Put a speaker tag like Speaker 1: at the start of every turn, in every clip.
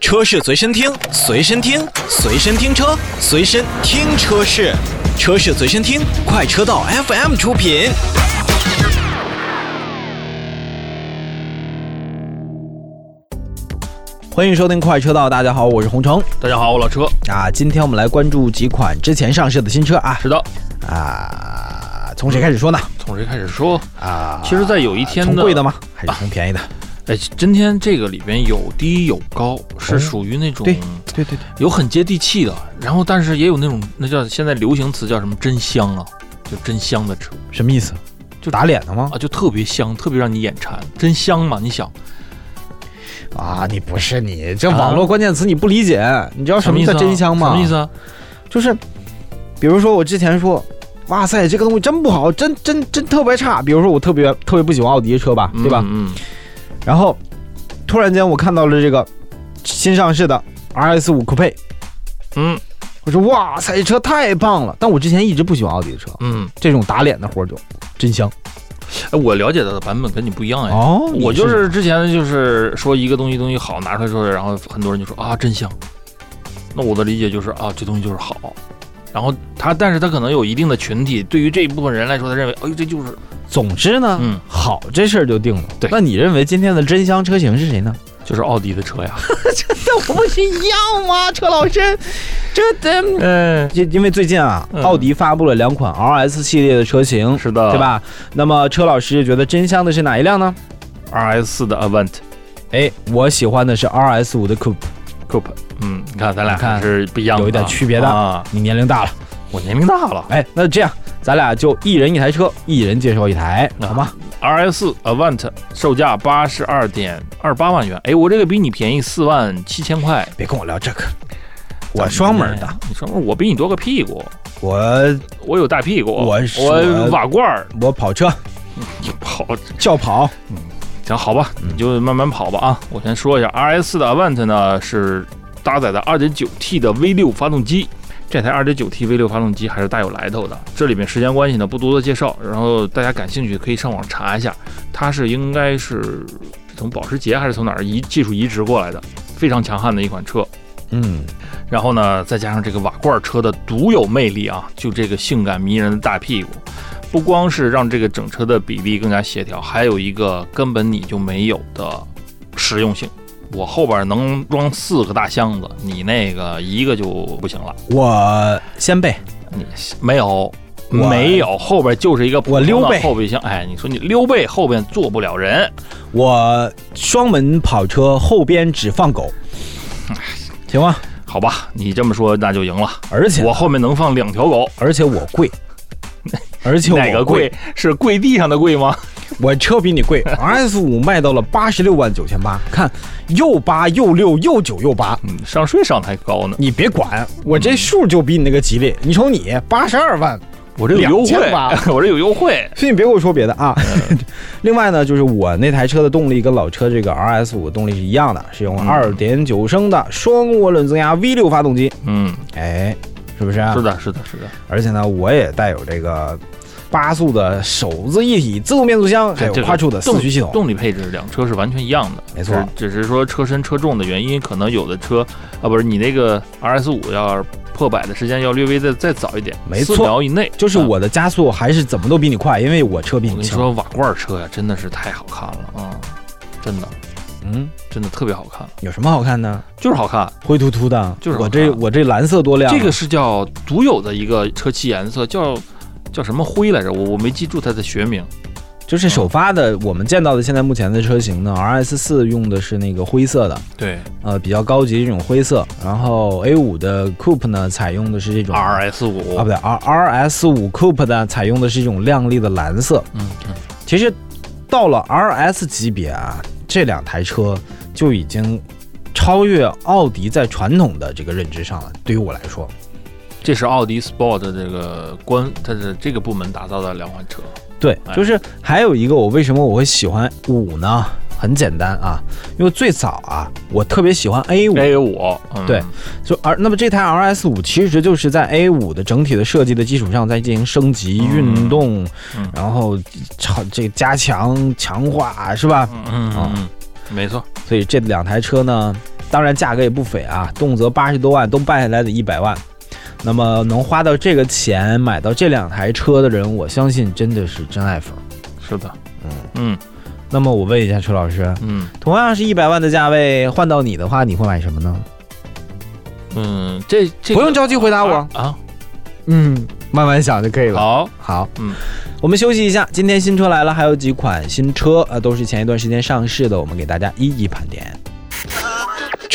Speaker 1: 车是随身听，随身听，随身听车，随身听车是，车是随身听，快车道 FM 出品。欢迎收听快车道，大家好，我是洪城
Speaker 2: 大家好，我老车。
Speaker 1: 啊。今天我们来关注几款之前上市的新车啊
Speaker 2: 是的，
Speaker 1: 啊，从谁开始说呢？
Speaker 2: 从谁开始说？
Speaker 1: 啊，
Speaker 2: 其实，在有一天
Speaker 1: 从
Speaker 2: 呢，
Speaker 1: 贵的啊吗？还是从便宜的？
Speaker 2: 哎，今天这个里边有低有高，是属于那种
Speaker 1: 对对对对，
Speaker 2: 有很接地气的，然后但是也有那种那叫现在流行词叫什么真香啊，就真香的车
Speaker 1: 什么意思？就打脸的吗？
Speaker 2: 啊，就特别香，特别让你眼馋，真香嘛！你想
Speaker 1: 啊，你不是你这网络关键词你不理解，你知道什
Speaker 2: 么
Speaker 1: 么
Speaker 2: 意思
Speaker 1: 叫
Speaker 2: 啊？
Speaker 1: 真香吗？
Speaker 2: 什么意思？啊？
Speaker 1: 就是，比如说我之前说，哇塞，这个东西真不好，真真真特别差。比如说我特别特别不喜欢奥迪的车吧，对吧？
Speaker 2: 嗯，嗯
Speaker 1: 然后突然间我看到了这个新上市的 RS 五酷配，
Speaker 2: 嗯
Speaker 1: 我说哇塞，这车太棒了！但我之前一直不喜欢奥迪的车，
Speaker 2: 嗯，
Speaker 1: 这种打脸的活儿就真香
Speaker 2: 哎，我了解到的版本跟你不一样哎。
Speaker 1: 哦
Speaker 2: 我就是之前就是说一个东西东西好拿出来说，然后很多人就说啊真香。那我的理解就是啊这东西就是好，然后他但是他可能有一定的群体，对于这一部分人来说，他认为哎呦这就是
Speaker 1: 总之呢，
Speaker 2: 嗯
Speaker 1: 好这事儿就定了。
Speaker 2: 对
Speaker 1: 那你认为今天的真香车型是谁呢？
Speaker 2: 就是奥迪的 车呀。
Speaker 1: 这我不是一样吗？车老师，这得。
Speaker 2: 嗯，
Speaker 1: 因因为最近啊，
Speaker 2: 嗯
Speaker 1: 奥迪发布了两款 RS 系列的车型，
Speaker 2: 是啊的，
Speaker 1: 对？吧？那么车老师觉得真香的是哪一辆呢？
Speaker 2: RS 四的 Avant
Speaker 1: 哎，我喜欢的是 RS 五的 Coupe，
Speaker 2: Coupe，嗯，你看咱俩
Speaker 1: 你看
Speaker 2: 还是不一样的啊，
Speaker 1: 有一点区别的
Speaker 2: 啊。
Speaker 1: 你年龄大了，
Speaker 2: 我年龄大了
Speaker 1: 哎，那这样咱俩就一人一台车，一人介绍一台，
Speaker 2: 啊
Speaker 1: 好吗？
Speaker 2: ，RS 四 Avant 售价八十二点二八万元，哎，我这个比你便宜四万七千块。哎
Speaker 1: 别跟我聊这个，我双门的，，
Speaker 2: 你双门，我比你多个屁股。
Speaker 1: 我
Speaker 2: 我有大屁股，
Speaker 1: 我是
Speaker 2: 我瓦罐儿，
Speaker 1: 我跑车
Speaker 2: 你跑
Speaker 1: 轿跑，
Speaker 2: 行好吧，
Speaker 1: 嗯
Speaker 2: 你就慢慢跑吧啊！我先说一下，RS 四的 Avant 呢是搭载的 2.9T 的 V6 发动机，这台 2.9T V6 发动机还是大有来头的。这里面时间关系呢不多做介绍，然后大家感兴趣可以上网查一下，它是应该是从保时捷还是从哪儿移技术移植过来的，非常强悍的一款车。
Speaker 1: 嗯，
Speaker 2: 然后呢，再加上这个瓦罐车的独有魅力啊，就这个性感迷人的大屁股，不光是让这个整车的比例更加协调，还有一个根本你就没有的实用性。我后边能装四个大箱子，你那个一个就不行了。
Speaker 1: 我先辈，
Speaker 2: 你没有，
Speaker 1: 我
Speaker 2: 没有，后边就是一个普
Speaker 1: 我溜
Speaker 2: 通
Speaker 1: 背
Speaker 2: 的后备箱。哎，你说你溜背后边坐不了人，
Speaker 1: 我双门跑车后边只放狗，行吗？
Speaker 2: 好吧？你这么说那就赢了。
Speaker 1: 而且
Speaker 2: 我后面能放两条狗，
Speaker 1: 而且我贵，而且我
Speaker 2: 哪个
Speaker 1: 贵
Speaker 2: 贵？是跪地上的跪吗？
Speaker 1: 我车比你贵，RS 五卖到了八十六万九千八，看又八又六又九又八，
Speaker 2: 嗯，上税上的还高呢。
Speaker 1: 你别管，我这数就比你那个吉利。你瞅你八十二万，
Speaker 2: 我这有优
Speaker 1: 2800
Speaker 2: 惠， 嗯我这有优惠。
Speaker 1: 所以你别跟我说别的 啊。另外呢，就是我那台车的动力跟老车这个 RS 五动力是一样的，是用
Speaker 2: 嗯
Speaker 1: 二点九升的双涡轮增压 V 六发动机，
Speaker 2: 嗯，
Speaker 1: 哎，是不是、啊？
Speaker 2: 是的，是的，是的，
Speaker 1: 而且呢，我也带有这个八速的手自一体自动变速箱，还有
Speaker 2: 这个
Speaker 1: 跨处的四驱系统。
Speaker 2: 动力配置两车是完全一样的，
Speaker 1: 没错
Speaker 2: 只只是说车身车重的原因，可能有的车啊，不是你那个 RS 五要破百的时间要略微再再早一点，
Speaker 1: 没错
Speaker 2: 四秒以内。
Speaker 1: 就是
Speaker 2: 啊
Speaker 1: 我的加速还是怎么都比你快，因为我车比
Speaker 2: 我跟
Speaker 1: 你
Speaker 2: 你
Speaker 1: 强。
Speaker 2: 说，瓦罐车呀，真的是太好看了啊，真的，
Speaker 1: 嗯，
Speaker 2: 真的特别好看，
Speaker 1: 有什么好看的？
Speaker 2: 就是好看。
Speaker 1: 灰秃秃的，
Speaker 2: 就是
Speaker 1: 我
Speaker 2: 好看
Speaker 1: 这我这蓝色多亮。啊
Speaker 2: 这个是叫独有的一个车漆颜色，叫叫什么灰来着？我我没记住它的学名。
Speaker 1: 就是首发的，我们见到的现在目前的车型呢，RS 四用的是那个灰色的，
Speaker 2: 对
Speaker 1: 呃，比较高级这种灰色。然后 A 五的 Coupe 呢，采用的是这种
Speaker 2: ，RS 五
Speaker 1: 啊，不对，R RS 五 Coupe 呢，采用的是一种亮丽的蓝色。
Speaker 2: 嗯嗯，
Speaker 1: 其实到了 RS 级别啊，这两台车就已经超越奥迪在传统的这个认知上了。对于我来说，
Speaker 2: 这是奥迪 Sport 的这个官，它的这个部门打造的两款车。
Speaker 1: 对，
Speaker 2: 哎
Speaker 1: 就是还有一个我为什么我会喜欢五呢？很简单啊，因为最早啊，我特别喜欢 A 五，
Speaker 2: A 五，嗯
Speaker 1: 对，就而那么这台 RS 五其实就是在 A 五的整体的设计的基础上再进行升级、
Speaker 2: 嗯
Speaker 1: 运动，
Speaker 2: 嗯
Speaker 1: 然后超这加强强化是吧？
Speaker 2: 嗯嗯嗯嗯，没错，
Speaker 1: 所以这两台车呢，当然价格也不菲啊，动辄八十多万，都办下来得一百万。那么能花到这个钱买到这两台车的人，我相信真的是真爱粉。
Speaker 2: 是的，嗯
Speaker 1: 那么我问一下车老师，
Speaker 2: 嗯
Speaker 1: 同样是一百万的价位，换到你的话，你会买什么呢？
Speaker 2: 嗯嗯，这这
Speaker 1: 不用着急回答
Speaker 2: 打
Speaker 1: 我，
Speaker 2: 啊，
Speaker 1: 嗯，慢慢想就可以了。
Speaker 2: 好，
Speaker 1: 好，
Speaker 2: 嗯，
Speaker 1: 我们休息一下。今天新车来了，还有几款新车，呃，都是前一段时间上市的，我们给大家一一盘点。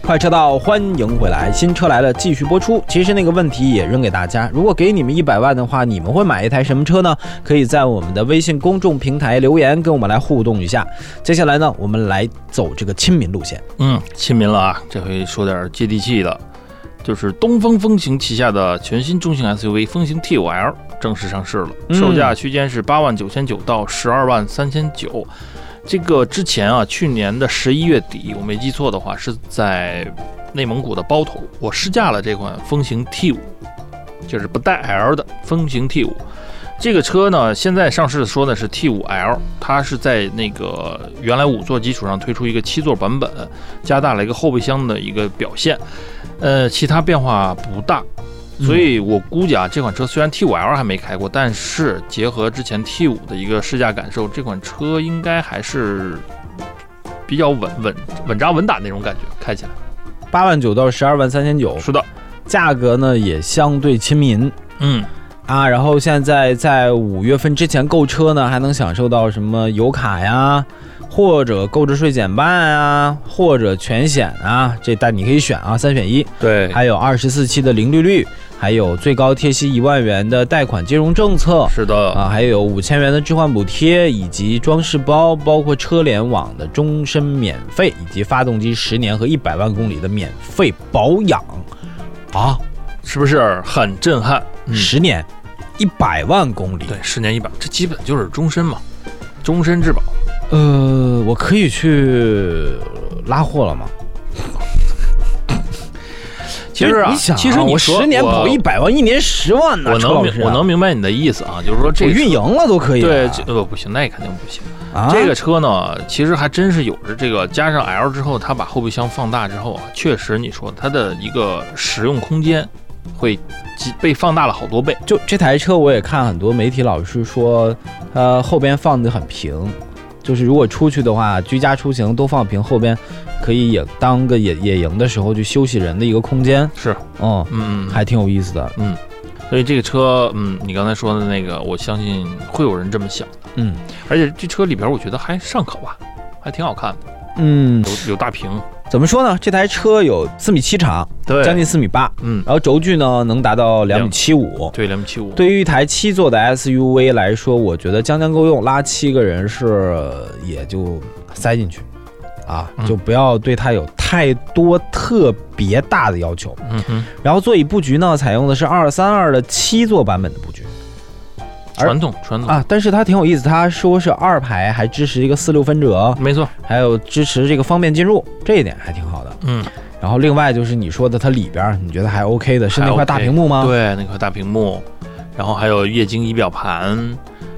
Speaker 1: 快车道，欢迎回来！新车来了，继续播出。其实那个问题也扔给大家，如果给你们一百万的话，你们会买一台什么车呢？可以在我们的微信公众平台留言，跟我们来互动一下。接下来呢，我们来走这个亲民路线。
Speaker 2: 嗯，亲民了啊，这回说点接地气的，就是东风风行旗下的全新中型 SUV 风行 T 5 L 正式上市了，
Speaker 1: 嗯
Speaker 2: 售价区间是八万九千九到十二万三千九。这个之前啊，去年的十一月底，我没记错的话，是在内蒙古的包头，我试驾了这款风行 T 5就是不带 L 的风行 T 5这个车呢，现在上市说的是 T 5 L，它是在那个原来五座基础上推出一个七座版本，加大了一个后备箱的一个表现，呃，其他变化不大。所以我估计啊，这款车虽然 T 5 L 还没开过，但是结合之前 T 5的一个试驾感受，这款车应该还是比较稳稳稳扎稳打那种感觉，开起来。
Speaker 1: 八万九到十二万三千九，
Speaker 2: 是的，
Speaker 1: 价格呢也相对亲民
Speaker 2: 嗯，
Speaker 1: 啊。然后现在在五月份之前购车呢，还能享受到什么油卡呀，或者购置税减半啊，或者全险啊，这但你可以选啊，三选一。
Speaker 2: 对
Speaker 1: 还有二十四期的零利率，还有最高贴息一万元的贷款金融政策。
Speaker 2: 是的，
Speaker 1: 啊，还有五千元的置换补贴，以及装饰包，包括车联网的终身免费，以及发动机十年和一百万公里的免费保养。啊，
Speaker 2: 是不是很震撼？嗯
Speaker 1: 十年，一百万公里。
Speaker 2: 对，十年一百，这基本就是终身嘛，终身质保。
Speaker 1: 呃，我可以去拉货了吗？
Speaker 2: 其实啊，
Speaker 1: 你想啊，
Speaker 2: 其实你
Speaker 1: 我
Speaker 2: 说
Speaker 1: 十年跑
Speaker 2: 我
Speaker 1: 一百万，一年十万呢、
Speaker 2: 我
Speaker 1: 车
Speaker 2: 能
Speaker 1: 老
Speaker 2: 明
Speaker 1: 师啊
Speaker 2: 我能明白你的意思啊，就是说这
Speaker 1: 我
Speaker 2: 个
Speaker 1: 运营了都可以啊、
Speaker 2: 对，这呃不行，那肯定不行。
Speaker 1: 啊，
Speaker 2: 这个车呢，其实还真是有着这个加上 L 之后，它把后备箱放大之后啊，确实你说它的一个使用空间会几被放大了好多倍。
Speaker 1: 就这台车，我也看很多媒体老是说，呃，后边放的很平，就是如果出去的话，居家出行都放平，后边可以也当个野野营的时候去休息人的一个空间。
Speaker 2: 是，
Speaker 1: 嗯，
Speaker 2: 嗯，
Speaker 1: 还挺有意思的。
Speaker 2: 所以这个车，嗯，你刚才说的那个，我相信会有人这么想的。
Speaker 1: 嗯
Speaker 2: 而且这车里边，我觉得还尚可吧，还挺好看的，
Speaker 1: 嗯，
Speaker 2: 有有大屏，
Speaker 1: 怎么说呢？这台车有四米七长，
Speaker 2: 对
Speaker 1: 将近四米八，
Speaker 2: 嗯，
Speaker 1: 然后轴距呢能达到两米七五。
Speaker 2: 对，两米七五，
Speaker 1: 对于一台七座的 SUV 来说，我觉得将将够用，拉七个人是也就塞进去，啊，
Speaker 2: 嗯
Speaker 1: 就不要对它有太多特别大的要求。
Speaker 2: 嗯哼，
Speaker 1: 然后座椅布局呢，采用的是二三二的七座版本的布局而
Speaker 2: 传统传统，
Speaker 1: 啊，但是它挺有意思，它说是二排还支持一个四六分折，
Speaker 2: 没错，
Speaker 1: 还有支持这个方便进入，这一点还挺好的。
Speaker 2: 嗯，
Speaker 1: 然后另外就是你说的它里边儿，你觉得还 OK 的是
Speaker 2: 还
Speaker 1: 那块
Speaker 2: OK
Speaker 1: 大屏幕吗？
Speaker 2: 对，那块大屏幕，然后还有液晶仪表盘，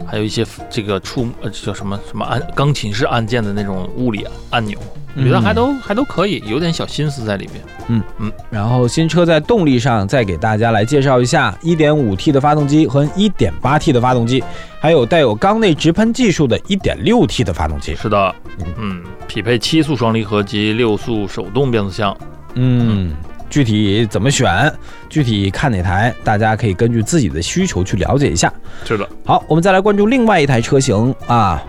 Speaker 2: 还有一些这个触呃这叫什么什么按钢琴式按键的那种物理按钮，我觉得还
Speaker 1: 嗯
Speaker 2: 都还都可以，有点小心思在里边。
Speaker 1: 然后新车在动力上再给大家来介绍一下 1.5T 的发动机和 1.8T 的发动机，还有带有缸内直喷技术的 1.6T 的发动机。
Speaker 2: 是的，嗯，匹配七速双离合及六速手动变速箱。
Speaker 1: 嗯，具体怎么选，具体看哪台，大家可以根据自己的需求去了解一下。
Speaker 2: 是的，
Speaker 1: 好，我们再来关注另外一台车型啊，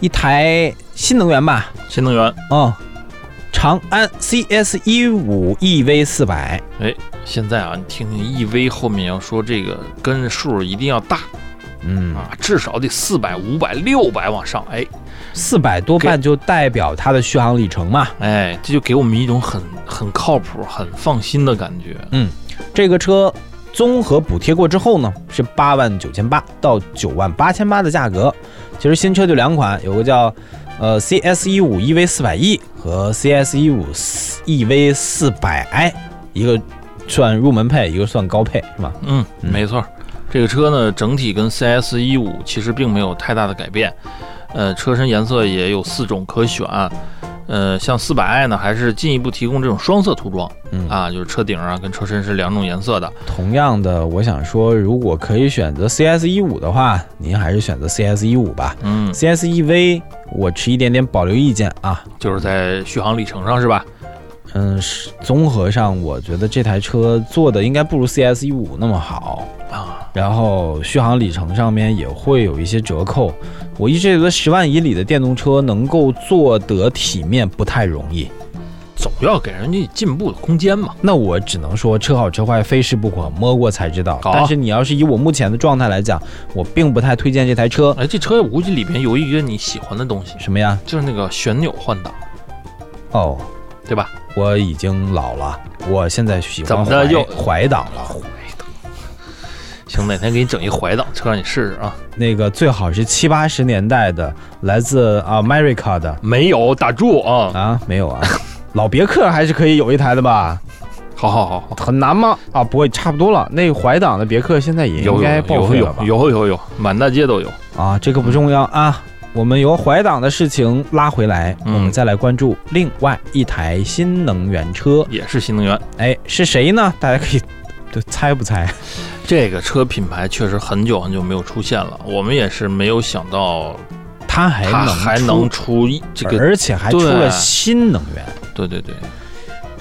Speaker 1: 一台新能源吧，
Speaker 2: 新能源
Speaker 1: 嗯，长安 CS 1 5 EV 4 0 0
Speaker 2: 现在啊，你听听 EV 后面要说这个跟数一定要大
Speaker 1: 嗯，
Speaker 2: 啊，至少得四百、五百、六百往上，哎。
Speaker 1: 四百多半就代表它的续航里程嘛。
Speaker 2: 哎，这就给我们一种很很靠谱、很放心的感觉。
Speaker 1: 这个车综合补贴过之后呢，是八万九千八到九万八千八的价格。其实新车就两款，有个叫呃 CS 一五 EV 四百 E 和 CS 一五 EV 四百 i，一个算入门配，一个算高配，是吧？
Speaker 2: 嗯，没错儿，这个车呢整体跟 CS 一五其实并没有太大的改变，呃，车身颜色也有四种可选，呃，像四百 i 呢还是进一步提供这种双色涂装
Speaker 1: 嗯
Speaker 2: 啊，就是车顶啊跟车身是两种颜色的，
Speaker 1: 同样的，我想说，如果可以选择 CS 一五的话，您还是选择 CS 一五吧。
Speaker 2: 嗯，
Speaker 1: CS EV 我持一点点保留意见啊，
Speaker 2: 就是在续航里程上是吧？
Speaker 1: 嗯，是综合上我觉得这台车做的应该不如 CS 一五那么好，
Speaker 2: 啊，
Speaker 1: 然后续航里程上面也会有一些折扣。我一直觉得十万以里的电动车能够做得体面不太容易，
Speaker 2: 总要给人家进步的空间嘛。
Speaker 1: 那我只能说车好车坏非试不可，摸过才知道。
Speaker 2: 好
Speaker 1: 但是你要是以我目前的状态来讲，我并不太推荐这台车。
Speaker 2: 哎，这车我估计里边有一个你喜欢的东西，
Speaker 1: 什么呀？
Speaker 2: 就是那个旋钮换挡，
Speaker 1: 哦，
Speaker 2: 对吧？
Speaker 1: 我已经老了，我现在喜
Speaker 2: 怎
Speaker 1: 欢
Speaker 2: 么着
Speaker 1: 怀
Speaker 2: 又
Speaker 1: 怀档了。
Speaker 2: 行，哪天给你整一怀档车让你试试啊？
Speaker 1: 那个最好是七八十年代的，来自 America 的
Speaker 2: 没有，打住啊！
Speaker 1: 啊，没有啊，老别克还是可以有一台的吧？
Speaker 2: 好好好好。
Speaker 1: 很难吗？啊，不会，差不多了。那怀档的别克现在也应该报
Speaker 2: 有
Speaker 1: 废了
Speaker 2: 有
Speaker 1: 吧？
Speaker 2: 有有有，满大街都有。
Speaker 1: 啊，这个不重要啊。我们由怀档的事情拉回来，我
Speaker 2: 嗯
Speaker 1: 们再来关注另外一台新能源车。
Speaker 2: 也是新能源。
Speaker 1: 哎，是谁呢？大家可以对猜不猜？
Speaker 2: 这个车品牌确实很久很久没有出现了，我们也是没有想到
Speaker 1: 它还
Speaker 2: 它
Speaker 1: 能
Speaker 2: 还
Speaker 1: 出
Speaker 2: 能出一这个。啊
Speaker 1: 而且还出了新能源，
Speaker 2: 对对对，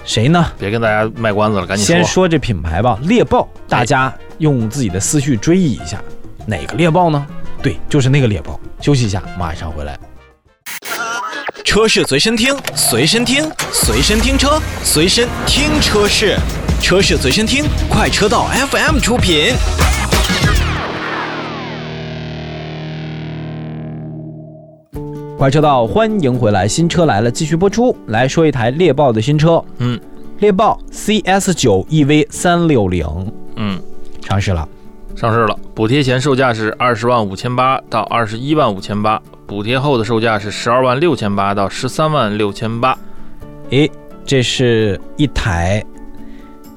Speaker 1: 谁呢？
Speaker 2: 别跟大家卖关子了，赶紧
Speaker 1: 先
Speaker 2: 说。
Speaker 1: 说这品牌吧，猎豹，
Speaker 3: 哎
Speaker 1: 大家用自己的思绪追忆一下，哪个猎豹呢？对，就是那个猎豹。休息一下，马上回来。
Speaker 3: 车是随身听，随身听，随身听车，随身听车是，车是随身听，快车道 FM 出品。
Speaker 1: 快车道，欢迎回来，新车来了，继续播出。来说一台猎豹的新车，
Speaker 2: 嗯，
Speaker 1: 猎豹 CS 九 EV 三六零
Speaker 2: 嗯，
Speaker 1: 上市了。
Speaker 2: 上市了，补贴前售价是二十万五千八到二十一万五千八，补贴后的售价是十二万六千八到十三万六千八。
Speaker 1: 诶，这是一台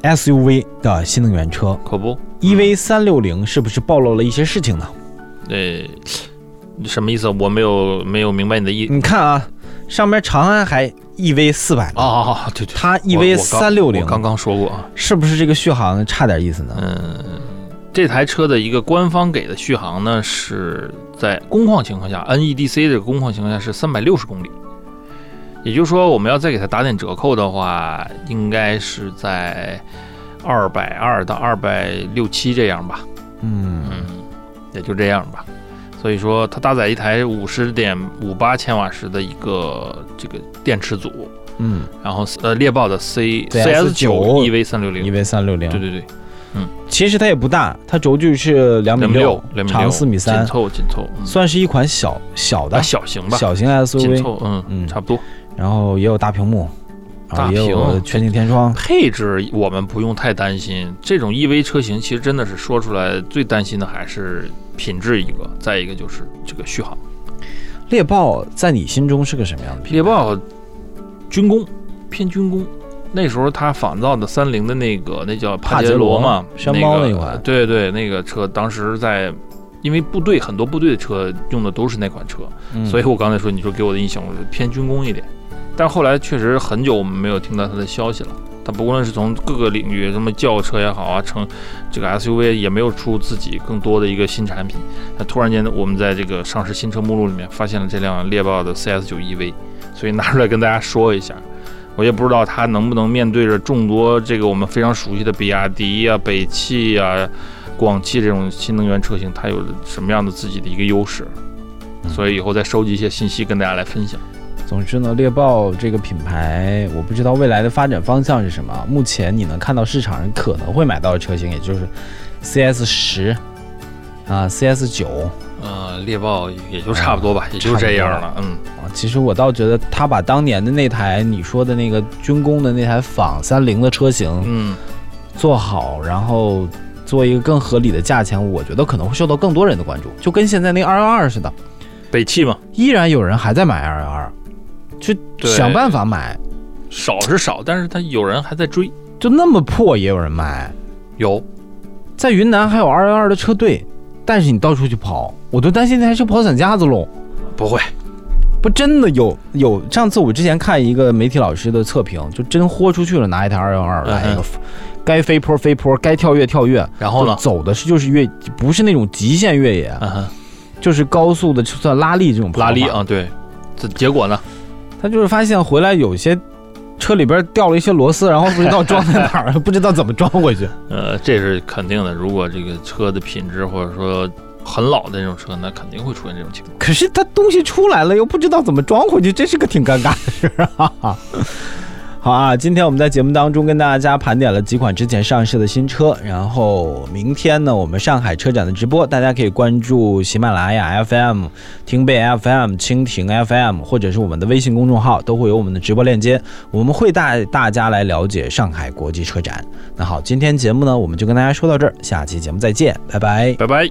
Speaker 1: SUV 的新能源车
Speaker 2: 可不，
Speaker 1: ，EV 三六零是不是暴露了一些事情呢？
Speaker 2: 呃，什么意思？我没有没有明白你的意。
Speaker 1: 你看啊，上面长安还 EV 四百呢，
Speaker 2: 哦哦哦，对对，
Speaker 1: 它
Speaker 2: 我
Speaker 1: EV
Speaker 2: 我刚
Speaker 1: 三六零
Speaker 2: 我，刚刚说过啊。
Speaker 1: 是不是这个续航差点意思呢？
Speaker 2: 嗯，这台车的一个官方给的续航呢，是在工况情况下，NEDC E 这个工况情况下是三百六十公里，也就是说，我们要再给它打点折扣的话，应该是在二百二到二百六七这样吧，
Speaker 1: 嗯，
Speaker 2: 也就这样吧。所以说，它搭载一台五十点五八千瓦时的一个这个电池组，
Speaker 1: 嗯
Speaker 2: 然后呃猎豹的 C
Speaker 1: CS9
Speaker 2: 九 EV 三六零，
Speaker 1: ，EV E 三六零，
Speaker 2: 对对对，
Speaker 1: 其米它也不大，它轴距是两米
Speaker 2: 两米
Speaker 1: 六
Speaker 2: 六，两，米六，
Speaker 1: 长四米三
Speaker 2: 紧，凑紧凑，嗯
Speaker 1: 算是一款小小的
Speaker 2: 啊，小型吧，
Speaker 1: 小型
Speaker 2: 紧
Speaker 1: SUV，
Speaker 2: 凑，嗯
Speaker 1: 嗯
Speaker 2: 差不多。
Speaker 1: 然后也有大屏幕，然
Speaker 2: 大
Speaker 1: 后也有
Speaker 2: 屏
Speaker 1: 全景天窗，
Speaker 2: 配置我们不用太担心，这种 EV 车型其实真的是说出来最担心的还是品质一个，再一个就是这个续航。
Speaker 1: 猎豹在你心中是个什么样的品牌？
Speaker 2: 猎豹军工偏军工，那时候它仿造的三菱的那个那叫
Speaker 1: 帕
Speaker 2: 帕
Speaker 1: 杰
Speaker 2: 杰
Speaker 1: 罗
Speaker 2: 罗嘛，
Speaker 1: 山猫那
Speaker 2: 个
Speaker 1: 款
Speaker 2: 对对，那个车当时在。因为部队很多部队的车用的都是那款车，
Speaker 1: 嗯，
Speaker 2: 所以我刚才说你说给我的印象我是偏军工一点，但后来确实很久我们没有听到它的消息了。它不论是从各个领域，什么轿车也好啊，成这个 SUV 也没有出自己更多的一个新产品。那突然间，我们在这个上市新车目录里面发现了这辆猎豹的 CS9 EV，所 E 以拿出来跟大家说一下。我也不知道它能不能面对着众多这个我们非常熟悉的比亚迪啊、北汽啊、广汽这种新能源车型，它有什么样的自己的一个优势。所以以后再收集一些信息跟大家来分享。
Speaker 1: 总之呢，猎豹这个品牌，我不知道未来的发展方向是什么。目前你能看到市场上可能会买到的车型，也就是 CS 十啊、CS 九
Speaker 2: 呃，猎豹也就差不多吧，也就这样了。嗯，
Speaker 1: 啊。其实我倒觉得，他把当年的那台你说的那个军工的那台仿三菱的车型
Speaker 2: 嗯，
Speaker 1: 做好，然后做一个更合理的价钱，我觉得可能会受到更多人的关注，就跟现在那二幺二似的，
Speaker 2: 北汽嘛，
Speaker 1: 依然有人还在买二幺二，去
Speaker 2: 对
Speaker 1: 想办法买。
Speaker 2: 少是少，但是它有人还在追，
Speaker 1: 就那么破也有人卖。
Speaker 2: 有
Speaker 1: 在云南还有二幺二的车队，但是你到处去跑，我都担心那台车跑散架子喽。
Speaker 2: 不会？
Speaker 1: 不，真的有有。上次我之前看一个媒体老师的测评，就真豁出去了，拿一台二幺二来一
Speaker 2: 嗯
Speaker 1: 个，该飞坡飞坡，该跳跃跳跃。
Speaker 2: 然后呢
Speaker 1: 就？走的是就是越，不是那种极限越野，
Speaker 2: 嗯哼，
Speaker 1: 就是高速的，就算拉力这种跑法
Speaker 2: 拉力。啊，对，这结果呢？
Speaker 1: 他就是发现回来有些车里边掉了一些螺丝，然后不知道装在哪儿，不知道怎么装回去。
Speaker 2: 呃，这是肯定的。如果这个车的品质或者说很老的那种车，那肯定会出现这种情况。
Speaker 1: 可是它东西出来了，又不知道怎么装回去，这是个挺尴尬的事儿啊。 好啊，今天我们在节目当中跟大家盘点了几款之前上市的新车，然后明天呢，我们上海车展的直播，大家可以关注喜马拉雅 FM、听贝 FM、蜻蜓 FM，或者是我们的微信公众号，都会有我们的直播链接，我们会带大家来了解上海国际车展。那好，今天节目呢，我们就跟大家说到这儿，下期节目再见，拜拜。
Speaker 2: 拜拜。